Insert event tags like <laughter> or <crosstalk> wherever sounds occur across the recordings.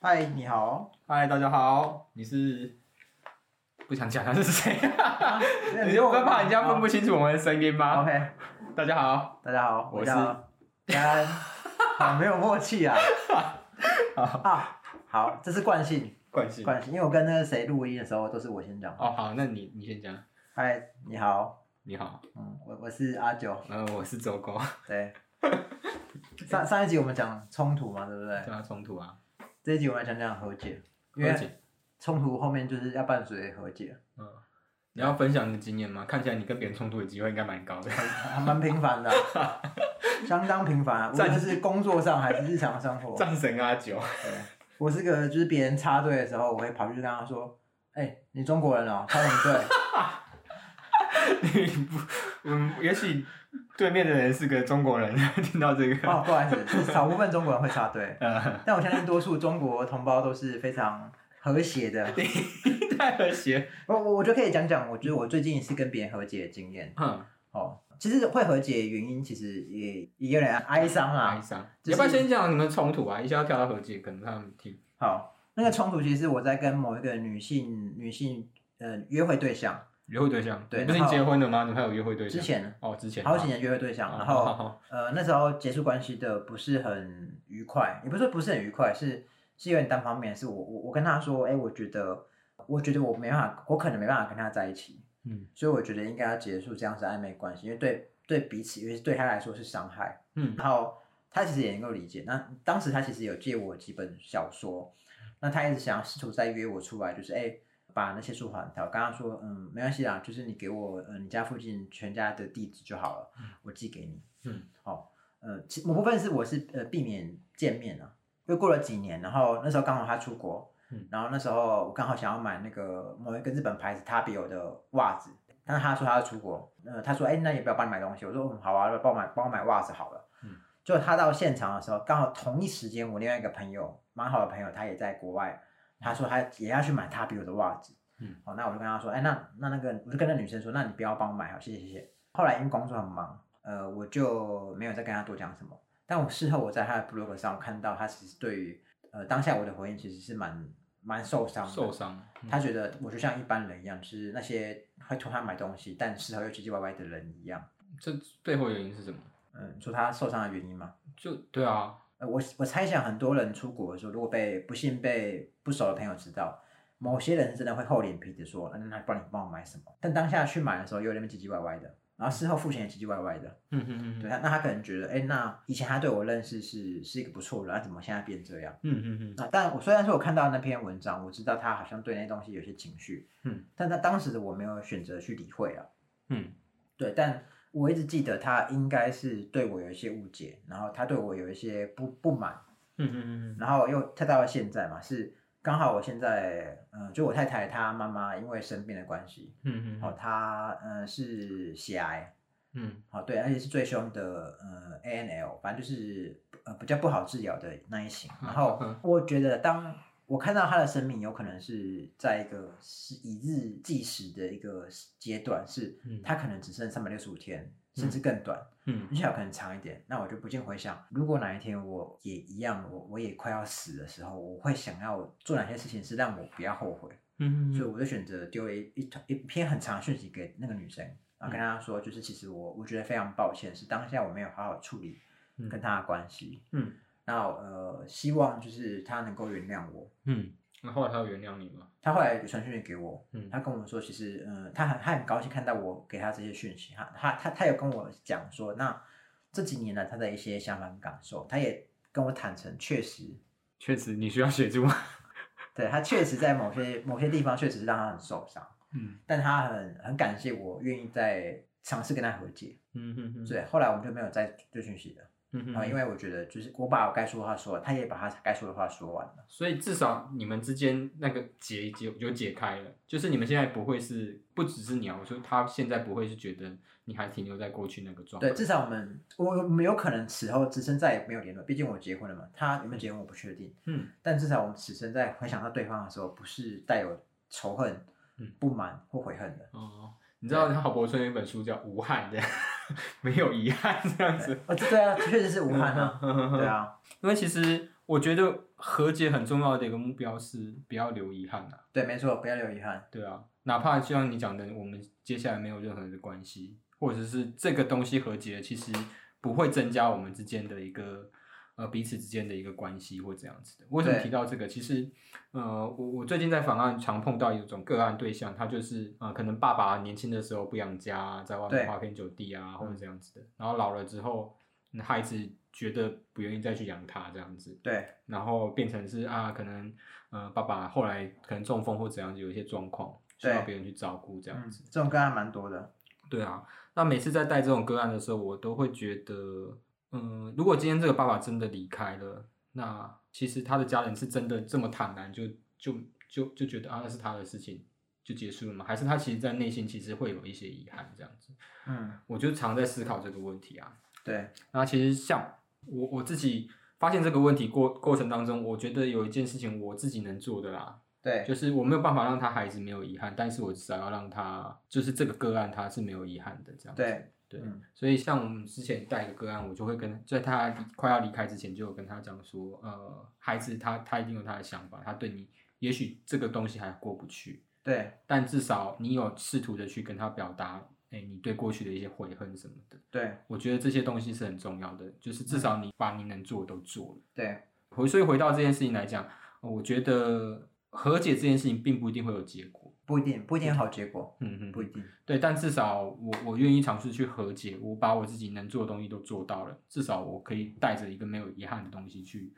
嗨，你好，嗨，大家好，你是不想讲他是 <laughs> 谁？你就就会怕人家分不清楚我们的声音吗？ OK，大家好，大家好，我叫 <laughs> 安，好没有默契啊。啊，好，这是惯性，冠希。惯性，因为我跟那个谁录音的时候都是我先讲。哦，好，那你你先讲。嗨，你好，你好，嗯，我我是阿九，嗯、我是走狗， <laughs> 对。上上一集我们讲冲突嘛，对不对对？啊，冲突啊，这一集我们来讲讲和解，因而为且，冲突后面就是要伴随和解，嗯，你要分享你的经验吗？看起来你跟别人冲突的机会应该蛮高的。还蛮频繁的 <laughs> 啊，相当频繁啊，无论是工作上还是日常生活。战神阿九， <laughs> 对我是个就是别人插队的时候，我会跑去跟他说：“哎、你中国人哦，插什么队 <laughs> 你不，嗯，也许对面的人是个中国人，听到这？”个，哦，不好意思，是少部分中国人会插队，呃， <laughs> 但我相信多数中国同胞都是非常和谐的。你太和谐，我我我就可以讲讲，我觉得我最近一次跟别人和解的经验嗯，哦。其实会和解的原因，其实也也有点哀伤哀啊。伤。就是你要不要先讲你们冲突啊？一下要跳到和解，可能他们听。好，那个冲突其实是我在跟某一个女性女性呃约会对象约会对象，对你不是已然经后结婚了吗？你们还有约会对之象？前哦，之前好几年约会对象，哦然好后好好呃，那时候结束关系的不是很愉快，也不是说不是很愉快，是是有点单方面，是我我我跟他说，哎、我觉得我觉得我没办法，我可能没办法跟他在一起，嗯所以我觉得应该要结束这样子的暧昧关系，因为对对彼此，尤其是对他来说是伤害。嗯然后他其实也能够理解，那当时他其实有借我几本小说，那他一直想要试图再约我出来，就是哎、把那些书还他。我跟他说，嗯，没关系啦，就是你给我呃你家附近全家的地址就好了嗯，我寄给你。嗯，哦，呃，其某部分是我是呃避免见面啊，因为过了几年，然后那时候刚好他出国，嗯然后那时候我刚好想要买那个某一个日本牌子 Tabio 的袜子，但是他说他要出国，呃，他说哎、那也不要帮你买东西，我说嗯好啊，帮我买帮我买袜子好了，嗯，就他到现场的时候，刚好同一时间我另外一个朋友蛮好的朋友他也在国外，他说他也要去买 Tabio 的袜子，嗯，哦，那我就跟他说，哎、那那那个我就跟那女生说，那你不要帮我买好，谢谢谢谢。后来因为工作很忙，呃，我就没有再跟他多讲什么。但我事后我在他的 blog 上我看到，他其实对于呃当下我的回应其实是蛮蛮受伤的。受伤，嗯他觉得我就像一般人一样，就是那些会托他买东西，但事后又唧唧歪歪的人一样。嗯这背后原因是什么？嗯，说他受伤的原因嘛。就对啊，呃，我我猜想很多人出国的时候，如果被不幸被不熟的朋友知道，某些人真的会厚脸皮的说，啊那那帮你帮我买什么？但当下去买的时候，又在那边唧唧歪歪的，然后事后付钱也唧唧歪歪的。嗯嗯对，嗯那那他可能觉得，哎、那以前他对我认识是是一个不错的人，他怎么现在变这样？嗯嗯嗯啊，但我虽然说我看到那篇文章，我知道他好像对那些东西有些情绪，嗯，但他当时的我没有选择去理会啊。嗯对，但我一直记得他应该是对我有一些误解，然后他对我有一些不不满，嗯嗯嗯然后又跳到现在嘛，是刚好我现在，嗯、就我太太她妈妈因为生病的关系，嗯嗯，哦，，她嗯、呃是血癌，嗯哦对，而且是最凶的，呃 ANL，反正就是呃比较不好治疗的那一型。然后嗯我觉得当我看到她的生命有可能是在一个是以日计时的一个阶段，是嗯她可能只剩三百六十五天，甚至更短。嗯而且有可能长一点，那我就不禁回想，如果哪一天我也一样，我我也快要死的时候，我会想要做哪些事情是让我不要后悔，嗯，所以我就选择丢一一团一篇很长的讯息给那个女生，然后嗯跟她说，就是其实我我觉得非常抱歉，是当下我没有好好处理跟她的关系，嗯然后呃，希望就是她能够原谅我。嗯，那后来他有原谅你吗？她后来有传讯息给我，嗯他跟我说，其实，嗯，他很他很高兴看到我给他这些讯息，他他他他有跟我讲说，那这几年来他的一些想法跟感受，他也跟我坦诚，确实，确实你需要 <laughs> 协助。对他确实在某些某些地方确实是让他很受伤，嗯但他很很感谢我愿意在尝试跟他和解，嗯嗯嗯，对，后来我们就没有再追讯息了，嗯然后因嗯，为我觉得就是我把我该说的话说完，他也把他该说的话说完了，所以至少你们之间那个结结有解开了，就是你们现在不会是不只是你啊，我说他现在不会是觉得你还停留在过去那个状态。对，至少我们我我们有可能此后只生再也没有联络，毕竟我结婚了嘛，他有没有结婚我不确定。嗯但至少我们此生在回想到对方的时候，不是带有仇恨、嗯不满或悔恨的。哦，你知道郝柏村有一本书叫《无憾》的， <laughs> 没有遗憾这样子。 <laughs> 哦，这对啊，确实是无憾啊。对啊，啊，因为其实我觉得和解很重要的一个目标是不要留遗憾啊，对，没错，不要留遗憾。对啊，哪怕就像你讲的，我们接下来没有任何的关系，或者是这个东西和解，其实不会增加我们之间的一个呃彼此之间的一个关系或这样子的。为什么对提到这个？其实呃，我我最近在访案常碰到一种个案对象，他就是呃，可能爸爸年轻的时候不养家啊，在外对嗯面花天酒地啊，或者这样子的，然后老了之后，嗯孩子觉得不愿意再去养他这样子。对，然后变成是啊，可能呃爸爸后来可能中风或怎样，有一些状况需要对别人去照顾这样嗯子。，这种个案蛮多的。对啊，那每次在带这种个案的时候，我都会觉得，嗯、如果今天这个爸爸真的离开了，那其实他的家人是真的这么坦然就就就就觉得啊，那是他的事情就结束了吗？还是他其实在内心其实会有一些遗憾这样子？嗯，我就常在思考这个问题啊。对，那其实像我我自己发现这个问题过过程当中，我觉得有一件事情我自己能做的啦，对，就是我没有办法让他孩子没有遗憾，但是我至少要让他就是这个个案他是没有遗憾的这样子。对，对嗯，所以像我们之前带一个个案，我就会跟在他离快要离开之前，就有跟他讲说，呃，孩子他他一定有他的想法，他对你也许这个东西还过不去，对，但至少你有试图的去跟他表达，哎，你对过去的一些悔恨什么的。对，我觉得这些东西是很重要的，就是至少你把你能做的都做了。对，回所以回到这件事情来讲，呃我觉得和解这件事情并不一定会有结果。不一定，不一定有好结果，嗯不一嗯，定。对，但至少我我愿意尝试去和解，我把我自己能做的东西都做到了，至少我可以带着一个没有遗憾的东西去，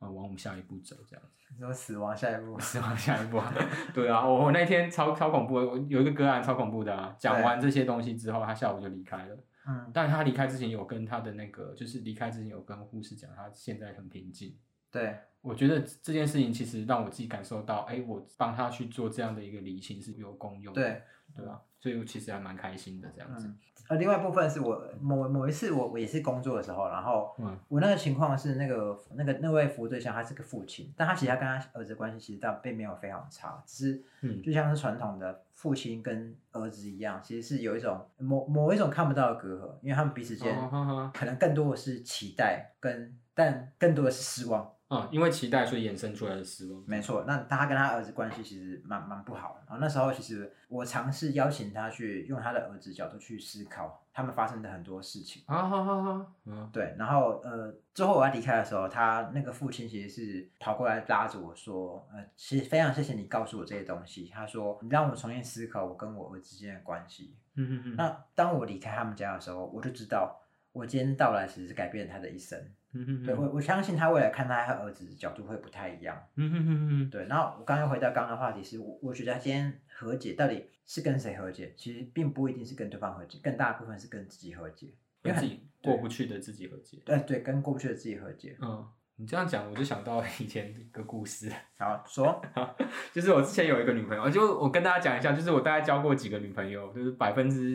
呃，往我们下一步走，这样子， <laughs> 你说 <laughs> 死亡下一步，是往下一步啊。 <laughs> 对啊，我我那天超超恐怖的，我有一个个案超恐怖的啊，讲对完这些东西之后，他下午就离开了。嗯，但他离开之前有跟他的那个，就是离开之前有跟护士讲，他现在很平静。对，我觉得这件事情其实让我自己感受到，哎，我帮他去做这样的一个理清是有功用的，对，对吧、所以我其实还蛮开心的这样子。嗯。呃，另外一部分是我某某一次我我也是工作的时候，然后嗯我那个情况是那个那个那位服务对象他是个父亲，但他其实他跟他儿子的关系其实倒并没有非常差，只是嗯就像是传统的父亲跟儿子一样，其实是有一种某某一种看不到的隔阂，因为他们彼此间哦哈哈可能更多的是期待跟，但更多的是失望。嗯，因为期待所以衍生出来的失望。没错，那他跟他儿子关系其实蛮蛮不好的。然后那时候其实我尝试邀请他去用他的儿子角度去思考他们发生的很多事情。啊哈哈哈，嗯对，然后呃，最后我要离开的时候，他那个父亲其实是跑过来拉着我说，呃，其实非常谢谢你告诉我这些东西。他说，你让我重新思考我跟我儿子之间的关系。嗯嗯嗯那当我离开他们家的时候，我就知道我今天到来其实是改变了他的一生。嗯对我，我相信他未来看待他儿子的角度会不太一样。嗯嗯嗯对，然后我刚刚回到刚刚的话题是，我我觉得今天和解到底是跟谁和解，其实并不一定是跟对方和解，更大部分是跟自己和解。因为跟自很己过不去的自己和解。对对，跟过不去的自己和解。嗯，你这样讲我就想到以前一个故事。好，说，就是我之前有一个女朋友，就我跟大家讲一下，就是我大概交过几个女朋友，就是百分之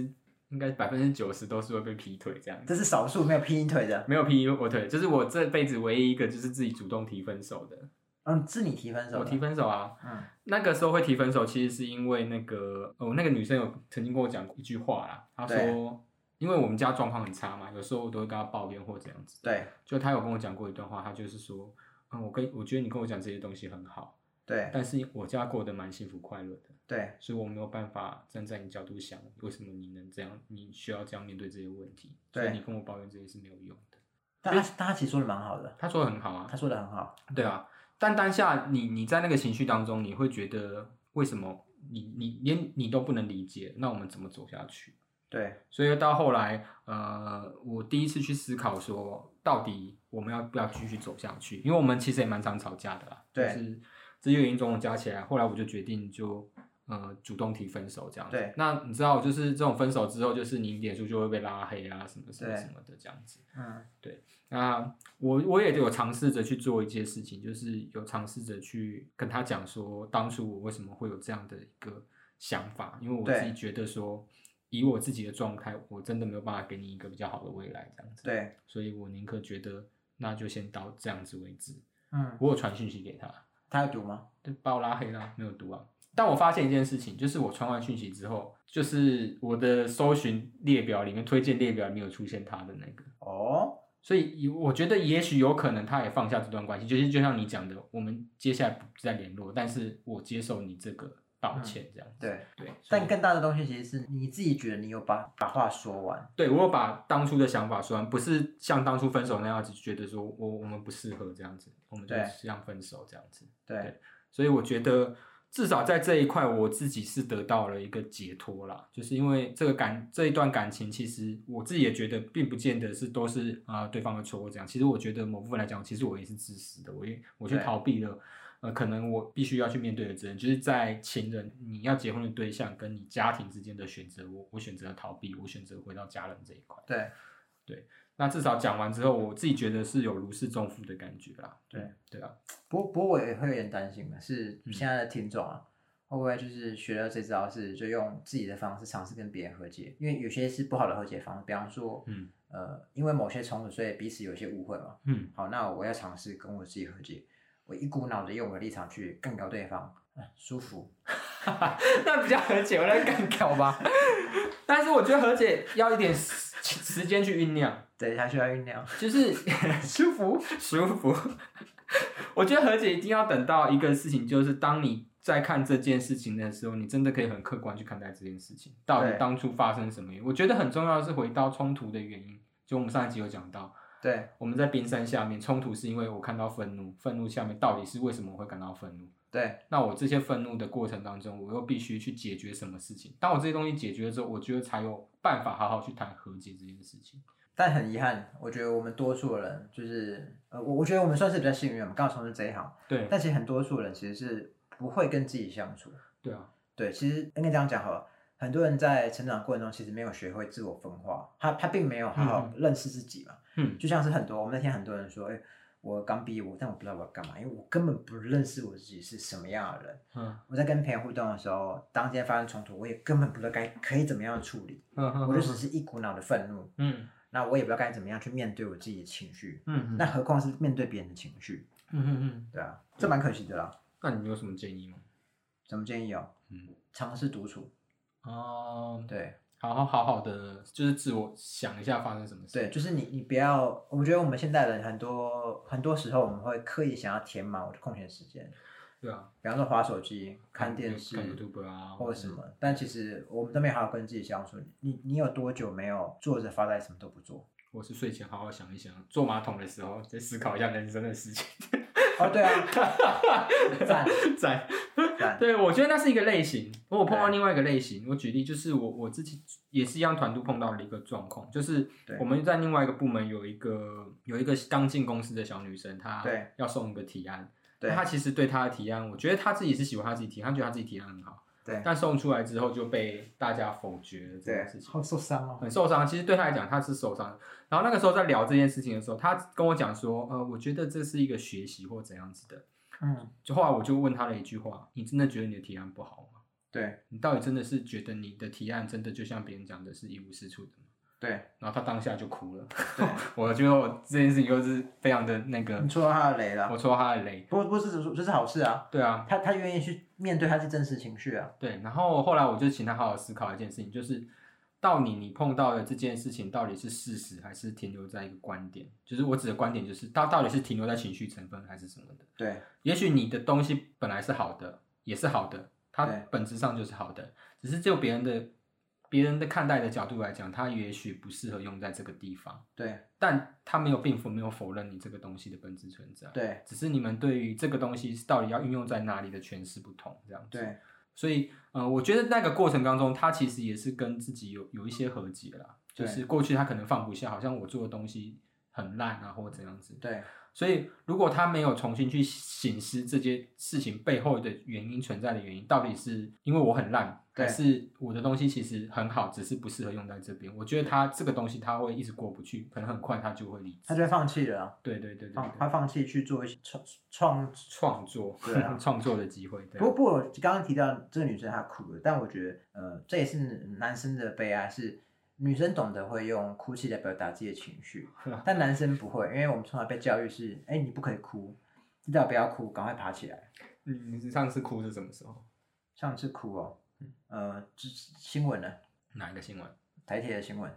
应该百分之九十都是会被劈腿这样子，这是少数没有劈你腿的，没有劈我腿，就是我这辈子唯一一个就是自己主动提分手的，嗯，是你提分手，我提，分手啊。嗯，那个时候会提分手，其实是因为那个哦，那个女生有曾经跟我讲过一句话啦，她说，因为我们家状况很差嘛，有时候我都会跟她抱怨或这样子，对就她有跟我讲过一段话，她就是说，嗯，我跟我觉得你跟我讲这些东西很好，对但是我家过得蛮幸福快乐的。对所以我没有办法站在你角度想，为什么你能这样，你需要这样面对这些问题，所对以你跟我抱怨这些是没有用的。但他但他其实说的蛮好的，他说的很好啊他，说的很好，对啊，但当下你你在那个情绪当中，你会觉得为什么你你连你都不能理解，那我们怎么走下去？对所以到后来，呃，我第一次去思考说，到底我们要不要继续走下去？因为我们其实也蛮常吵架的啦，对就是这些原因种种加起来，后来我就决定就呃主动提分手这样子。对那你知道，就是这种分手之后，就是你脸书就会被拉黑啊，什么什么对什么的这样子。嗯那我我也有尝试着去做一些事情，就是有尝试着去跟他讲说，当初我为什么会有这样的一个想法，因为我对自己觉得说，以我自己的状态，我真的没有办法给你一个比较好的未来这样子，，对所以我宁可觉得那就先到这样子为止。嗯，我有传讯息给他，他有读吗？就把我拉黑啦，没有读啊。但我发现一件事情，就是我传完讯息之后，就是我的搜寻列表里面推荐列表里面有出现他的那个，哦，所以我觉得也许有可能他也放下这段关系，就是就像你讲的，我们接下来不再联络，但是我接受你这个道歉这样嗯子。对，对，所以但更大的东西其实是你自己觉得你有把把话说完，对我有把当初的想法说完，不是像当初分手那样子，觉得说我我们不适合这样子，我们就对这样分手这样子。对对所以我觉得至少在这一块，我自己是得到了一个解脱啦。就是因为这个感这一段感情，其实我自己也觉得，并不见得是都是啊、呃对方的错或怎样。其实我觉得某部分来讲，其实我也是自私的，我也我去对逃避了。呃，可能我必须要去面对的责任，就是在情人你要结婚的对象跟你家庭之间的选择，我我选择了逃避，我选择回到家人这一块。对那至少讲完之后，我自己觉得是有如释重负的感觉啦。对嗯对啊，不不过我也会有点担心的是嗯现在的听众啊，会不会就是学到这招是就用自己的方式尝试跟别人和解？因为有些是不好的和解方式，比方说，嗯呃，因为某些冲突，所以彼此有些误会嘛。嗯，好，那我要尝试跟我自己和解，我一股脑的用我的立场去干掉对方，嗯舒服。 <laughs> 那比较和解，我来干掉 <laughs> 吧。但是我觉得和解要一点时时间去酝酿，对，他需要酝酿， <laughs> 就是 <laughs> 舒服。舒服。我觉得和解一定要等到一个事情，就是当你在看这件事情的时候，你真的可以很客观去看待这件事情，到底对当初发生什么原因。我觉得很重要的是回到冲突的原因，就我们上一集有讲到，对我们在冰山下面冲突是因为我看到愤怒，愤怒下面到底是为什么我会感到愤怒？对那我这些愤怒的过程当中，我又必须去解决什么事情？当我这些东西解决了之后，我觉得才有办法好好去谈和解这件事情。但很遗憾，我觉得我们多数的人就是，呃，我我觉得我们算是比较幸运，我们刚好从事这一行，对，但其实很多数人其实是不会跟自己相处。对啊，对，其实应该这样讲好了。很多人在成长过程中，其实没有学会自我分化，他他并没有好好嗯认识自己嘛。嗯，就像是很多我们那天很多人说，哎、我刚毕业，我但我不知道我要干嘛，因为我根本不认识我自己是什么样的人。嗯我在跟朋友互动的时候，当今天发生冲突，我也根本不知道该可以怎么样处理，嗯，我就只是一股脑的愤怒，嗯那我也不知道该怎么样去面对我自己的情绪，嗯那何况是面对别人的情绪，嗯嗯嗯，对啊，这蛮可惜的啦。那你有什么建议吗？怎么建议哦？嗯，尝试独处，嗯哦，对好好好好的，就是自我想一下发生什么事。对，就是你你不要，我觉得我们现代人很多很多时候我们会刻意想要填满我的空闲时间，对啊，比方说划手机、看电看视 YouTube 啊，或者是什么，但其实我们都没有好好跟自己相处。你你有多久没有坐着发呆什么都不做？我是睡前好好想一想，坐马桶的时候再思考一下人生的事情。 <laughs> 哦，对啊，赞在。赞，对，我觉得那是一个类型。我碰到对另外一个类型，我举例就是我我自己也是一样团队碰到的一个状况，就是对我们在另外一个部门有一个有一个刚进公司的小女生，她对要送一个提案，对她其实对她的提案，我觉得她自己是喜欢她自己提案，她觉得她自己提案很好，对但送出来之后就被大家否决了这件事对，情。好受伤哦。很受伤，其实对她来讲，她是受伤。然后那个时候在聊这件事情的时候，她跟我讲说，呃，我觉得这是一个学习或怎样子的。嗯，就后来我就问他了一句话：“你真的觉得你的提案不好吗？对你到底真的是觉得你的提案真的就像别人讲的是一无是处的吗对？”然后他当下就哭了。 <laughs> 对，我觉得我这件事情又是非常的那个你，戳到他的雷了我。戳他的雷。不过不过这是这是好事啊，对啊，他他愿意去面对他是真实情绪啊。对。然后后来我就请他好好思考一件事情，就是到你你碰到的这件事情到底是事实还是停留在一个观点？就是我指的观点就是它到底是停留在情绪成分还是什么的？对也许你的东西本来是好的，也是好的，它对本质上就是好的，只是就别人的别人的看待的角度来讲，它也许不适合用在这个地方，对但它没有并否没有否认你这个东西的本质存在，对只是你们对于这个东西到底要运用在哪里的诠释不同，这样子。对所以，呃，我觉得那个过程当中，他其实也是跟自己有有一些和解啦，就对是过去他可能放不下，好像我做的东西很烂啊，或者怎样子，对所以，如果他没有重新去醒思这件事情背后的原因存在的原因，到底是因为我很烂，对还是我的东西其实很好，只是不适合用在这边？我觉得他这个东西他会一直过不去，可能很快他就会离他职。就会放弃了啊、对对对对放对，他放弃去做一些创创。创作对啊 <laughs> 创作的机会。对啊不过，不过我刚刚提到这个女生她哭了，但我觉得，呃，这也是男生的悲哀，是女生懂得会用哭泣来表达自己的情 <laughs> 绪，但男生不会，因为我们从小被教育是，哎，你不可以哭，知道不要哭，赶快爬起来。你你上次哭是什么时候？上次嗯哭哦，呃，这新闻呢，哪一个新闻？台铁的新闻，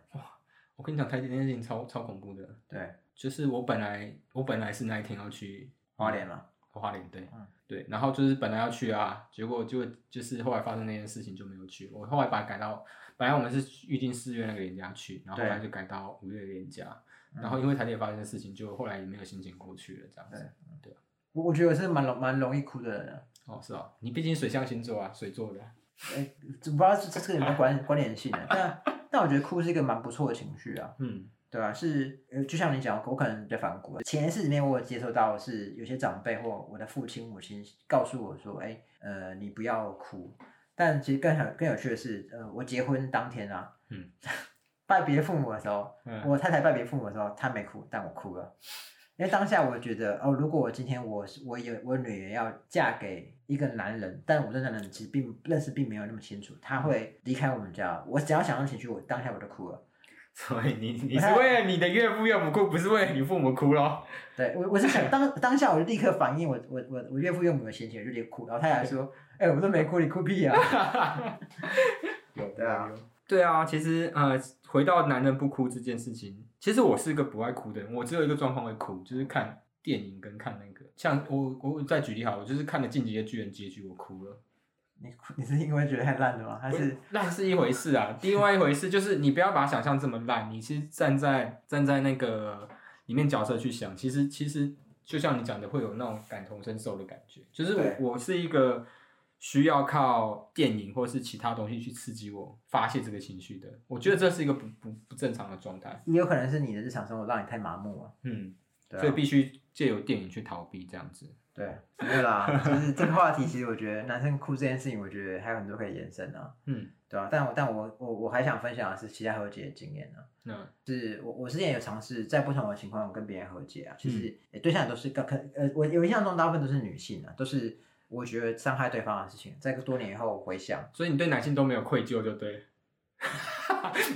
我跟你讲，台铁那件事情超超恐怖的，对，就是我本来我本来是那一天要去花莲嘛，花莲对，嗯对，然后就是本来要去啊，结果就就是后来发生那件事情就没有去，我后来把它改到，本来我们是预定四月那个连假去，然后后对来就改到五月连假，嗯然后因为台铁发生的事情，就后来也没有心情过去了这样子。我我觉得我是蛮容蛮容易哭的人啊，哦，是哦，你毕竟水象星座啊，水做的啊，哎，这不知道这这个有没有关关联性的，但但我觉得哭是一个蛮不错的情绪啊，嗯对吧、是呃，就像你讲，我可能比较反骨。啊潜意识里面，我有接受到是有些长辈或我的父亲、母亲告诉我说：“哎，呃，你不要哭。”但其实更有更有趣的是，呃，我结婚当天啊，嗯， <laughs> 拜别父母的时候，嗯， <laughs> 我太太拜别父母的时候，她没哭，但我哭了。因为当下我觉得，哦，如果我今天我是我有我女儿要嫁给一个男人，但我对男人其实并认识并没有那么清楚，他会离开我们家，我只要想到情绪，我当下我就哭了。所以你你是为了你的岳父岳母哭，不是为了你父母哭咯。对我，我是想当 <laughs> 当下我就立刻反应我我我我岳父岳母的心情，我就立刻哭，然后他还说：“哎、我都没哭，你哭屁啊 <laughs> 有对啊，有有对啊，其实呃，回到男人不哭这件事情，其实我是一个不爱哭的人，我只有一个状况会哭，就是看电影跟看那个，像我我再举例好了，我就是看了《进击的巨人》结局，我哭了。！”你哭你是因为觉得太烂了吗？还 <laughs> 是烂是一回事啊，另外一回事就是你不要把它想象这么烂，你是站在站在那个里面角色去想，其实其实就像你讲的，会有那种感同身受的感觉，就是对我我是一个需要靠电影或是其他东西去刺激我发泄这个情绪的，我觉得这是一个不不不正常的状态，也有可能是你的日常生活让你太麻木了？嗯，对、啊，所以必须借由电影去逃避这样子，对没有啦，就是这个话题，其实我觉得男生哭这件事情，我觉得还有很多可以延伸啊，嗯，对啊，但我但我我我还想分享的是其他和解的经验呢、啊。那是我我之前有尝试在不同的情况跟别人和解啊，其实、诶对象也都是跟可呃，我有印象中大部分都是女性啊，都是我觉得伤害对方的事情，在多年以后回想，所以你对男性都没有愧疚，就对了， <laughs>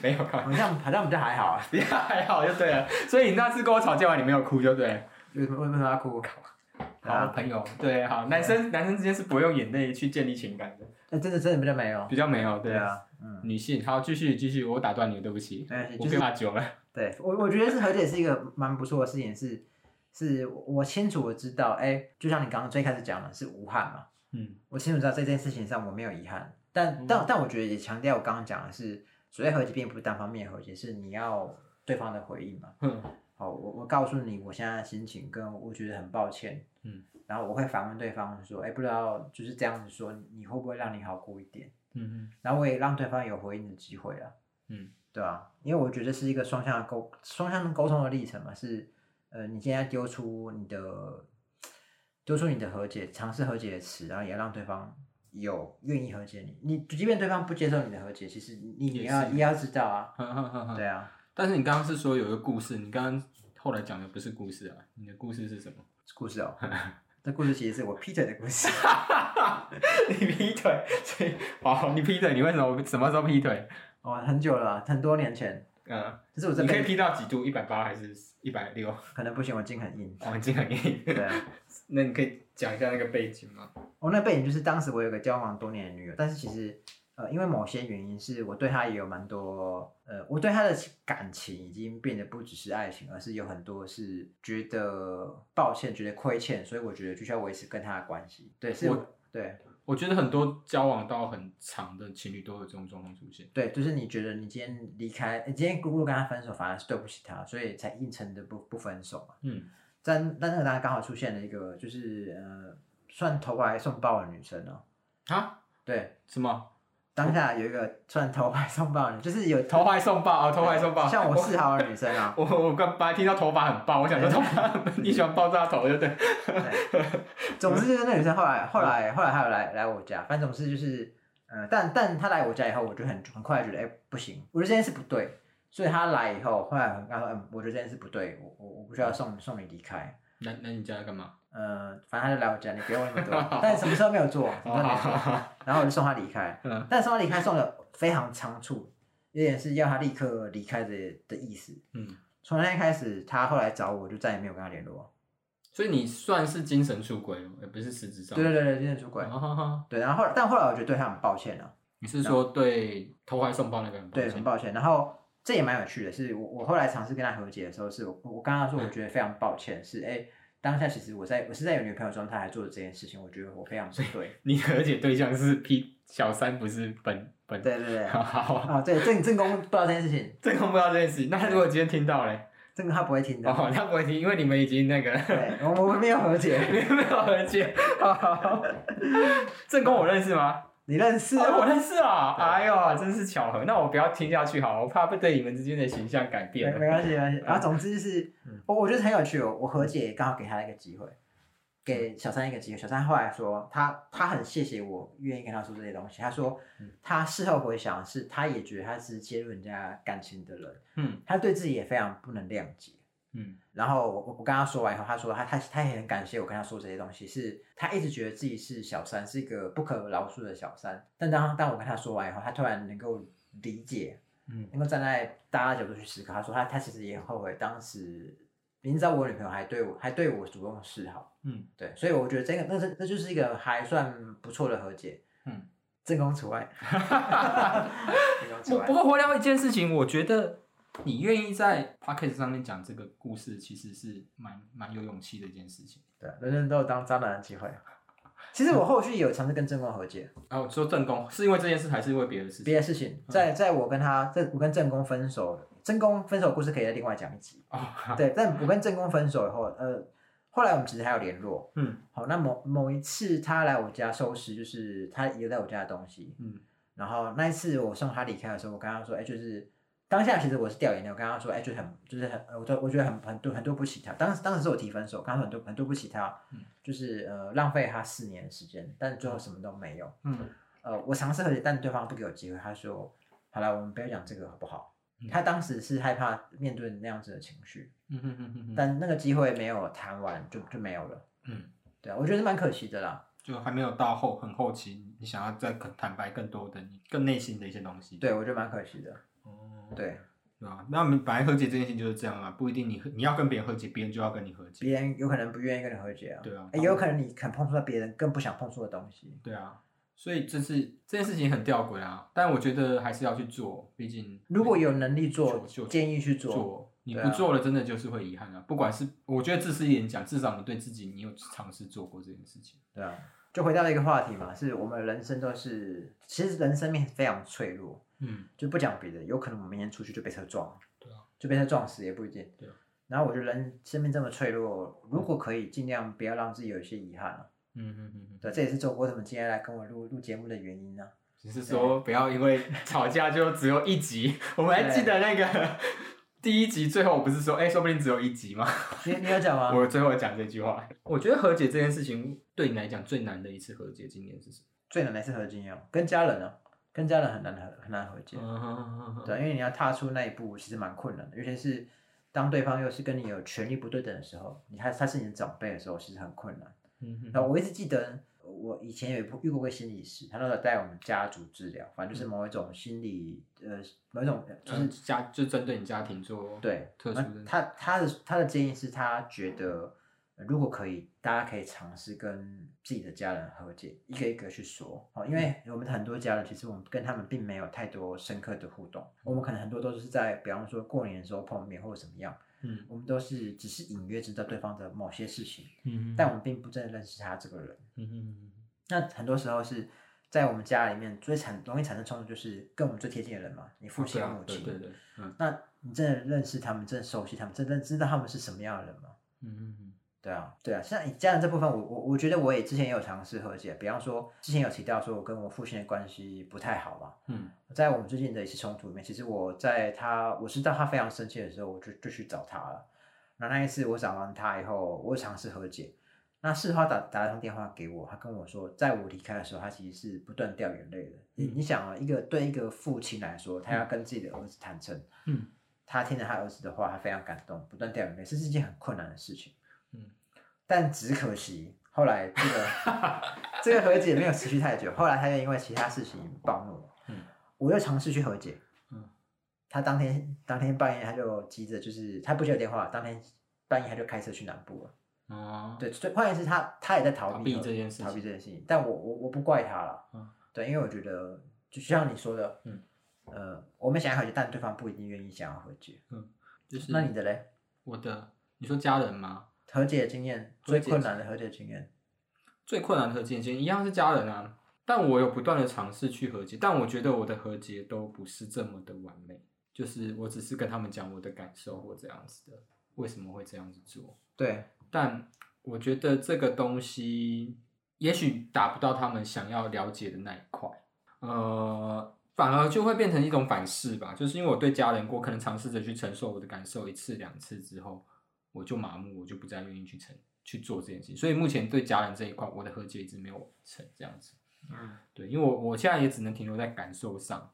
没有开玩笑好像好像比较还好啊， <laughs> 你还好就对了。所以你那次跟我吵架完，你没有哭就对了。为什么为什么要哭？ <laughs> 对好啊，朋友，对，好，男生男生之间是不用眼泪去建立情感的，那真的真的比较没有比，较没有，对。啊，嗯，女性，好，继续继续，我打断你了，对不起，没关系哎就我是被骂久了。对我我觉得是和解是一个蛮不错的事情，是是我清楚我知道，哎，就像你刚刚最开始讲的是无憾嘛，嗯我清楚知道在这件事情上我没有遗憾，但但嗯但我觉得也强调我刚刚讲的是，所谓和解并不是单方面的和解，是你要对方的回应嘛。哼，好，我我告诉你我现在的心情，跟我觉得很抱歉，嗯，然后我会反问对方说，哎，不知道就是这样子说，你会不会让你好过一点？嗯然后我也让对方有回应的机会啊，嗯对啊，因为我觉得是一个双向的沟双向沟通的历程嘛，是呃，你现在丢出你的丢出你的和解，尝试和解的词，然后也让对方有愿意和解你。你即便对方不接受你的和解，其实你你也要是嗯也要知道啊，哼，哼哼哼对哼。啊，但是你刚刚是说有一个故事，你刚刚后来讲的不是故事啊，你的故事是什 <laughs> 么？故 <laughs> 事哦，这故事其实是我劈腿的故事。 <laughs> 你劈腿，所以哦，你劈腿，你为什么什么时候劈腿？哦，很久了啊，很多年前，嗯，就是我这你可以辈子劈到几度？一百八还是一百六？可能不行，我筋很硬。黄金很硬。对啊，那你可以讲一下那个背景吗？我、哦那背景就是当时我有个交往多年的女友，但是其实呃，因为某些原因，是我对她也有蛮多呃，我对她的感情已经变得不只是爱情，而是有很多是觉得抱歉、觉得亏欠，所以我觉得就需要维持跟她的关系。对，是我对我觉得很多交往到很长的情侣都有这种状况出现。对，就是你觉得你今天离开，你今天如果跟她分手，反而是对不起她，所以才硬撑着不不分手嘛。嗯但但那个当然刚好出现了一个就是呃，算投怀送抱的女生哦、啊？对。什么？当下有一个算投怀送抱的女，就是有投怀送抱啊、哦！投怀送抱。像我示好的女生 <laughs> 啊，我我我刚本来听到头发很爆，我想说头发很爆， <laughs> 你喜欢爆炸头，对不对？总之就是那女生后来后来后来她有来来我家，反正总之就是，呃，但但她来我家以后，我就很很快觉得，哎、不行，我觉得这件事不对，所以她来以后，后来我跟她说，嗯，我觉得这件事不对，我我我不需要送送你离开，那那你家要干嘛？呃，反正她就来我家，你不要问那么多，但什么事都没有做，什么好事都没哦有做好 <laughs> 好，好然后我就送她离开，嗯但送她离开送的非常仓促，有点是要她立刻离开的的意思。嗯，从那天开始，她后来找我，我就再也没有跟她联络。所以你算是精神出轨了，也不是实质上。对对对对，精神出轨。哦。哈哈对，然后后来，但后来我觉得对他很抱歉了、啊你是说对投怀送抱那个人抱对，歉？很抱歉。然后这也蛮有趣的是，我我后来尝试跟他和解的时候是，我我跟他说，我觉得非常抱歉，是哎、当下其实我在我是在有女朋友状态还做了这件事情，我觉得我非常不对。 <laughs> 你和解对象是 P 小三，不是本本。对对对， <laughs> 好好，哦对，正正宫不知道这件事情，正宫不知道这件事情。那如果今天听到嘞，正宫他不会听的。 <laughs> 哦，他不会听，因为你们已经那个对，我我们没有和你 <laughs> 解，们没有和解。好好，正宫我认识吗？你认识是啊我认识啊！对哎呦，真是巧合。那我不要听下去好了，我怕会对你们之间的形象改没变没了。关系，没关系。然后总之就是嗯，我我觉得很有趣哦。我和解刚好给他一个机会，给小三一个机会。小三后来说，他他很谢谢我愿意跟他说这些东西。他说嗯，他事后回想是，他也觉得他是介入人家感情的人，嗯他对自己也非常不能谅解。嗯然后我我跟他说完以后，他说他他他也很感谢我跟他说这些东西，是他一直觉得自己是小三，是一个不可饶恕的小三。但当当我跟他说完以后，他突然能够理解嗯能够站在大家的角度去思考，他说他他其实也很后悔当时明知道我女朋友还对我还对我主动示好，嗯对，所以我觉得这个那是那就是一个还算不错的和解，嗯。正宫除外，正宫除我外不，过回到一件事情，我觉得你愿意在 p o c k e t 上面讲这个故事，其实是蛮蛮有勇气的一件事情。对，人人都有当渣男的机会。其实我后续也有尝试跟正宫和解，然哦后说正宫是因为这件事，还是因为别的事别情？的事情，在在我跟他，在我跟正宫分手，正宫分手的故事可以再另外讲一集。哦，对，但我跟正宫分手以后，呃，后来我们其实还有联络，嗯好，那某某一次他来我家收拾，就是他留在我家的东西。嗯然后那一次我送他离开的时候，我跟他说，哎、就是当下其实我是掉眼泪，我跟他说，哎、就是很就是很，呃我都我觉得很很多很多不起他。当时当时是我提分手，刚说很多很多不起他，嗯就是呃浪费他四年的时间，但最后什么都没有。嗯呃，我尝试和解，但对方不给我机会，他说，好了，我们不要讲这个好不好？嗯他当时是害怕面对那样子的情绪，嗯嗯嗯嗯嗯，但那个机会没有谈完就就没有了。嗯，对啊，我觉得是蛮可惜的啦。就还没有到后很后期，你想要再坦白更多的你更内心的一些东西。，对，我觉得蛮可惜的。哦，对，对啊，那我们本来和解这件事情就是这样啊，不一定你和你要跟别人和解，别人就要跟你和解。别人有可能不愿意跟你和解啊，对啊也有可能你肯碰触到别人更不想碰触的东西。对啊，所以这是这件事情很吊诡啊，但我觉得还是要去做，毕竟如果有能力做就就，建议去做做。你对不啊做了，真的就是会遗憾啊。不管是我觉得自私一点讲，至少你对自己你有尝试做过这件事情。对啊，就回到了一个话题嘛，是我们人生都是，其实人生命非常脆弱，嗯就不讲别的，有可能我们明天出去就被车撞了，对啊，就被车撞死也不一定。对啊然后我觉得人生命这么脆弱，如果可以，尽量不要让自己有一些遗憾啊。嗯嗯嗯嗯，对，这也是周为什么今天来跟我录录节目的原因呢、啊。只是说不要因为吵架就只有一集，我们还记得那个第一集最后我不是说，哎、说不定只有一集吗？ <laughs> 你你有讲吗？我最后讲这句话。我觉得和解这件事情对你来讲最难的一次和解经验是什么？最难的是和解哦，跟家人哦，跟家人很难和很难和解。 <laughs> 嗯，对，因为你要踏出那一步，其实蛮困难的，尤其是当对方又是跟你有权利不对等的时候，你还他是你的长辈的时候，其实很困难。嗯然后我一直记得，我以前有一遇过个心理师，他那时候带我们家族治疗，反正就是某一种心理，呃，某一种就就是是、家就针对你家庭做对，特殊的那他他的他的建议是他觉得，呃如果可以，大家可以尝试跟自己的家人和解，一个一个去说哦，因为嗯我们很多家人其实我们跟他们并没有太多深刻的互动，嗯我们可能很多都是在比方说过年的时候碰面或者怎么样，嗯我们都是只是隐约知道对方的某些事情，嗯但我们并不真的认识他这个人。嗯那很多时候是在我们家里面最产容易产生冲突，就是跟我们最贴近的人嘛，你父亲、母哦对亲，对对，嗯那你真的认识他们，真的熟悉他们，真的知道他们是什么样的人吗？嗯对啊，对啊，像以家人这部分，我我我觉得我也之前也有尝试和解，比方说之前有提到说我跟我父亲的关系不太好嘛，嗯在我们最近的一次冲突里面，其实我在他我知道他非常生气的时候，我就就去找他了。那那一次我找完他以后，我有尝试和解。那事后他打打了通电话给我，他跟我说，在我离开的时候，他其实是不断掉眼泪的。你、嗯你想啊，一个对一个父亲来说，他要跟自己的儿子坦诚，嗯他听了他儿子的话，他非常感动，不断掉眼泪，这是一件很困难的事情。嗯，但只可惜后来这个 <laughs> 这个和解没有持续太久，后来他又因为其他事情暴怒了。嗯，我又尝试去和解。嗯，他当天当天半夜他就急着，就是他不接我电话，当天半夜他就开车去南部了。哦，，对，所以关键是他他也在逃避逃避和这件事逃避情这件事情。但我我我不怪他了。嗯对，因为我觉得就像你说的，嗯，呃，我们想要和解，但对方不一定愿意想要和解。就是那你的嘞？我的，你说家人吗？和解经验和解最困难的和解经验，最困难的和解经验一样是家人啊，但我有不断的尝试去和解，但我觉得我的和解都不是这么的完美，就是我只是跟他们讲我的感受或这样子的，为什么会这样子做？对，但我觉得这个东西也许达不到他们想要了解的那一块，呃，反而就会变成一种反噬吧。就是因为我对家人过，可能尝试着去承受我的感受一次两次之后，我就麻木，我就不再愿意去承去做这件事情。所以目前对家人这一块，我的和解一直没有成这样子。嗯，对，因为我我现在也只能停留在感受上。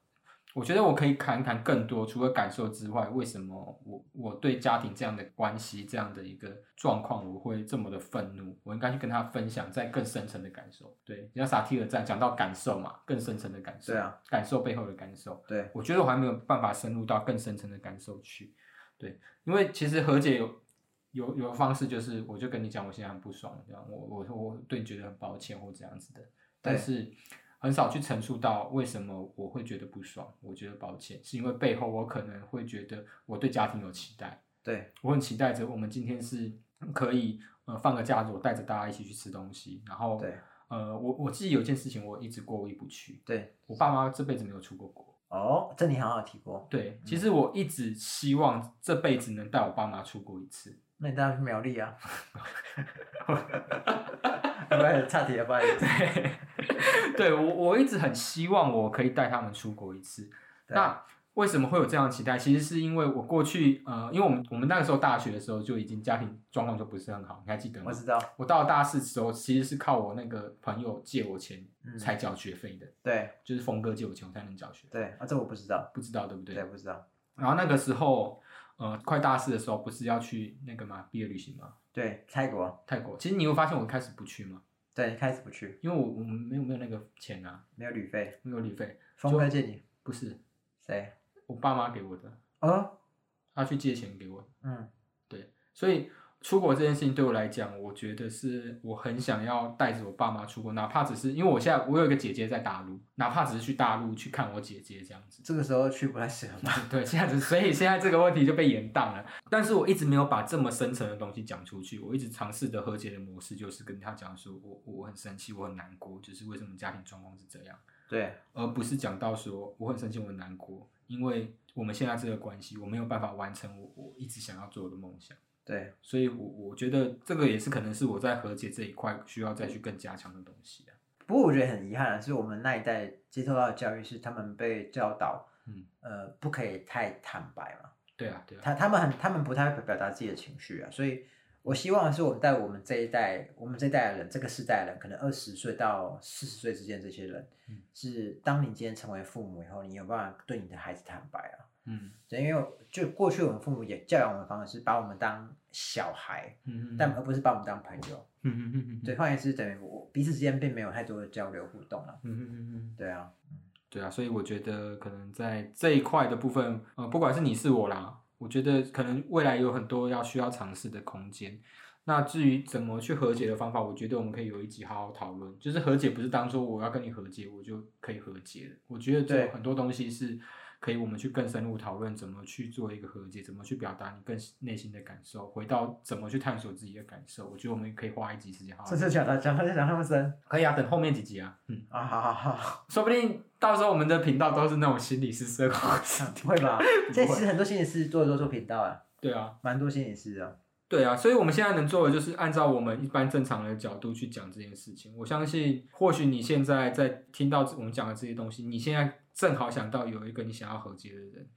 我觉得我可以谈谈更多，除了感受之外，为什么我我对家庭这样的关系这样的一个状况，我会这么的愤怒？我应该去跟他分享在更深层的感受。对，你像萨提尔在讲到感受嘛，更深层的感受，对啊，感受背后的感受。对，我觉得我还没有办法深入到更深层的感受去。对，因为其实和解有有有方式，就是我就跟你讲，我现在很不爽，这样我我我对你觉得很抱歉或这样子的，但是很少去陈述到为什么我会觉得不爽，我觉得抱歉，是因为背后我可能会觉得我对家庭有期待，对，我很期待着我们今天是可以呃放个假日，我带着大家一起去吃东西，然后对，呃我我自己有件事情我一直过意不去，对，我爸妈这辈子没有出过国。哦，这你好像有提过。对，其嗯实我一直希望这辈子能带我爸妈出国一次。 <laughs> 那你当然去苗栗啊， <laughs> 不然差题了，不好意思。对我，我一直很希望我可以带他们出国一次。对 <laughs> 那为什么会有这样的期待？其实是因为我过去，呃，因为我们我们那个时候大学的时候就已经家庭状况就不是很好，你还记得吗我？知道，我到了大四的时候，其实是靠我那个朋友借我钱嗯才缴学费的，对就是峰哥借我钱我才能缴学费，对，啊，这我不知道，不知道对不对？对，不知道，然后那个时候，呃，快大四的时候不是要去那个嘛毕业旅行吗？对，泰国，泰国。其实你会发现我开始不去嘛，对，开始不去，因为我我们没有没有那个钱啊，没有旅费，没有旅费，峰哥借你，不是谁？我爸妈给我的，哦，他去借钱给我，嗯，所以出国这件事情对我来讲，我觉得是我很想要带着我爸妈出国，哪怕只是因为我现在我有一个姐姐在大陆，哪怕只是去大陆去看我姐姐这样子。 <laughs> 这个时候去不太适合吧？对，现在只所以现在这个问题就被延宕了。但是我一直没有把这么深层的东西讲出去，我一直尝试的和解的模式就是跟他讲说我我我很生气，我很难过，就是为什么家庭状况是这样。 <laughs> 对而不是讲到说我很生气，我很难过，因为我们现在这个关系，我没有办法完成我我一直想要做的梦想，对，所以我我觉得这个也是可能是我在和解这一块需要再去更加强的东西啊。不过我觉得很遗憾啊，是我们那一代接受到的教育是他们被教导，嗯，呃，不可以太坦白嘛，对啊，对啊，他他们很他们不太会表达自己的情绪啊，所以我希望是我们在我们这一代，我们这一代的人，这个世代的人，可能二十岁到四十岁之间，这些人、嗯是当你今天成为父母以后，你有办法对你的孩子坦白啊。嗯对，因为就过去我们父母也教养我们的方式，是把我们当小孩，嗯嗯，但而不是把我们当朋友。嗯嗯嗯对，换言之，等于我彼此之间并没有太多的交流互动了。嗯嗯嗯嗯，对啊，对啊，所以我觉得可能在这一块的部分，呃，不管是你是我啦，我觉得可能未来有很多要需要尝试的空间。那至于怎么去和解的方法，我觉得我们可以有一集好好讨论。就是和解不是当初我要跟你和解，我就可以和解的。我觉得这对有很多东西是可以我们去更深入讨论，怎么去做一个和解，怎么去表达你更内心的感受，回到怎么去探索自己的感受。我觉得我们可以花一集时间好好这。次讲到讲到讲那么深可以啊，等后面几集啊，嗯，啊，好好好，说不定到时候我们的频道都是那种心理师社恐 <laughs> 师。不会 <laughs> 吧？这其实很多心理师做做做频道啊，对啊，蛮多心理师的。哦对啊，所以我们现在能做的就是按照我们一般正常的角度去讲这件事情。我相信，或许你现在在听到我们讲的这些东西，你现在正好想到有一个你想要和解的人，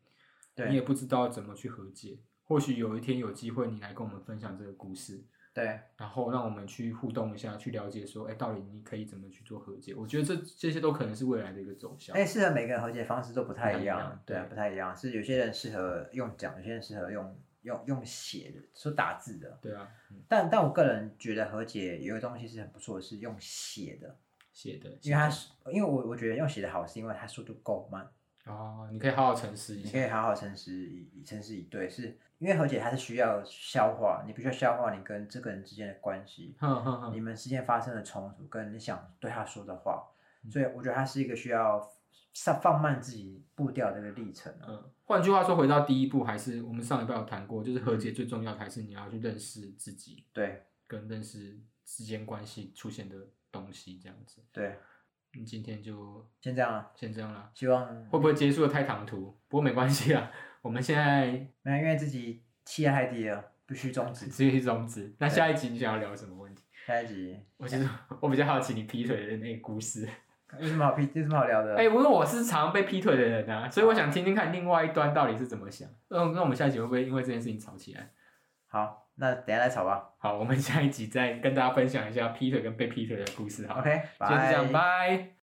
对你也不知道怎么去和解。或许有一天有机会，你来跟我们分享这个故事，对，然后让我们去互动一下，去了解说，哎，到底你可以怎么去做和解？我觉得这这些都可能是未来的一个走向。哎，适合每个人和解方式都不太不太一一样样，对啊，对不太一样。是有些人适合用讲，有些人适合用用用写的，说打字的。对啊，嗯，但但我个人觉得和解有一个东西是很不错的，是用写的，写的，因为它是因为我我觉得用写的好，是因为它速度够慢，哦，你可以好好诚实一你可下。以好好诚实以以诚实以对，是因为和解它是需要消化，你必须要消化你跟这个人之间的关系， <laughs> 哼哼你哼，们之间发生的冲突，跟你想对他说的话，嗯所以我觉得它是一个需要上放慢自己步调这个历程啊、嗯，换句话说，回到第一步，还是我们上一拜有谈过，就是和解最重要的还是你要去认识自己，对跟认识之间关系出现的东西，这样子。对，嗯，今天就先这样了。先这样啦，希望会不会结束的太唐突？不过没关系啊，我们现在没有因为自己气压太低了，必须终 <laughs> 止。只有一种子。那下一集你想要聊什么问题？下一集我其实我比较好奇你劈腿的那个故事。有什么好屁，有什么好聊的？哎、不过我是常被劈腿的人啊，所以我想听听看另外一端到底是怎么想。那那我们下一集会不会因为这件事情吵起来？好，那等一下再吵吧。 <laughs> 好，我们下一集再跟大家分享一下劈腿跟被劈腿的故事好了。 OK，今天就这样，拜。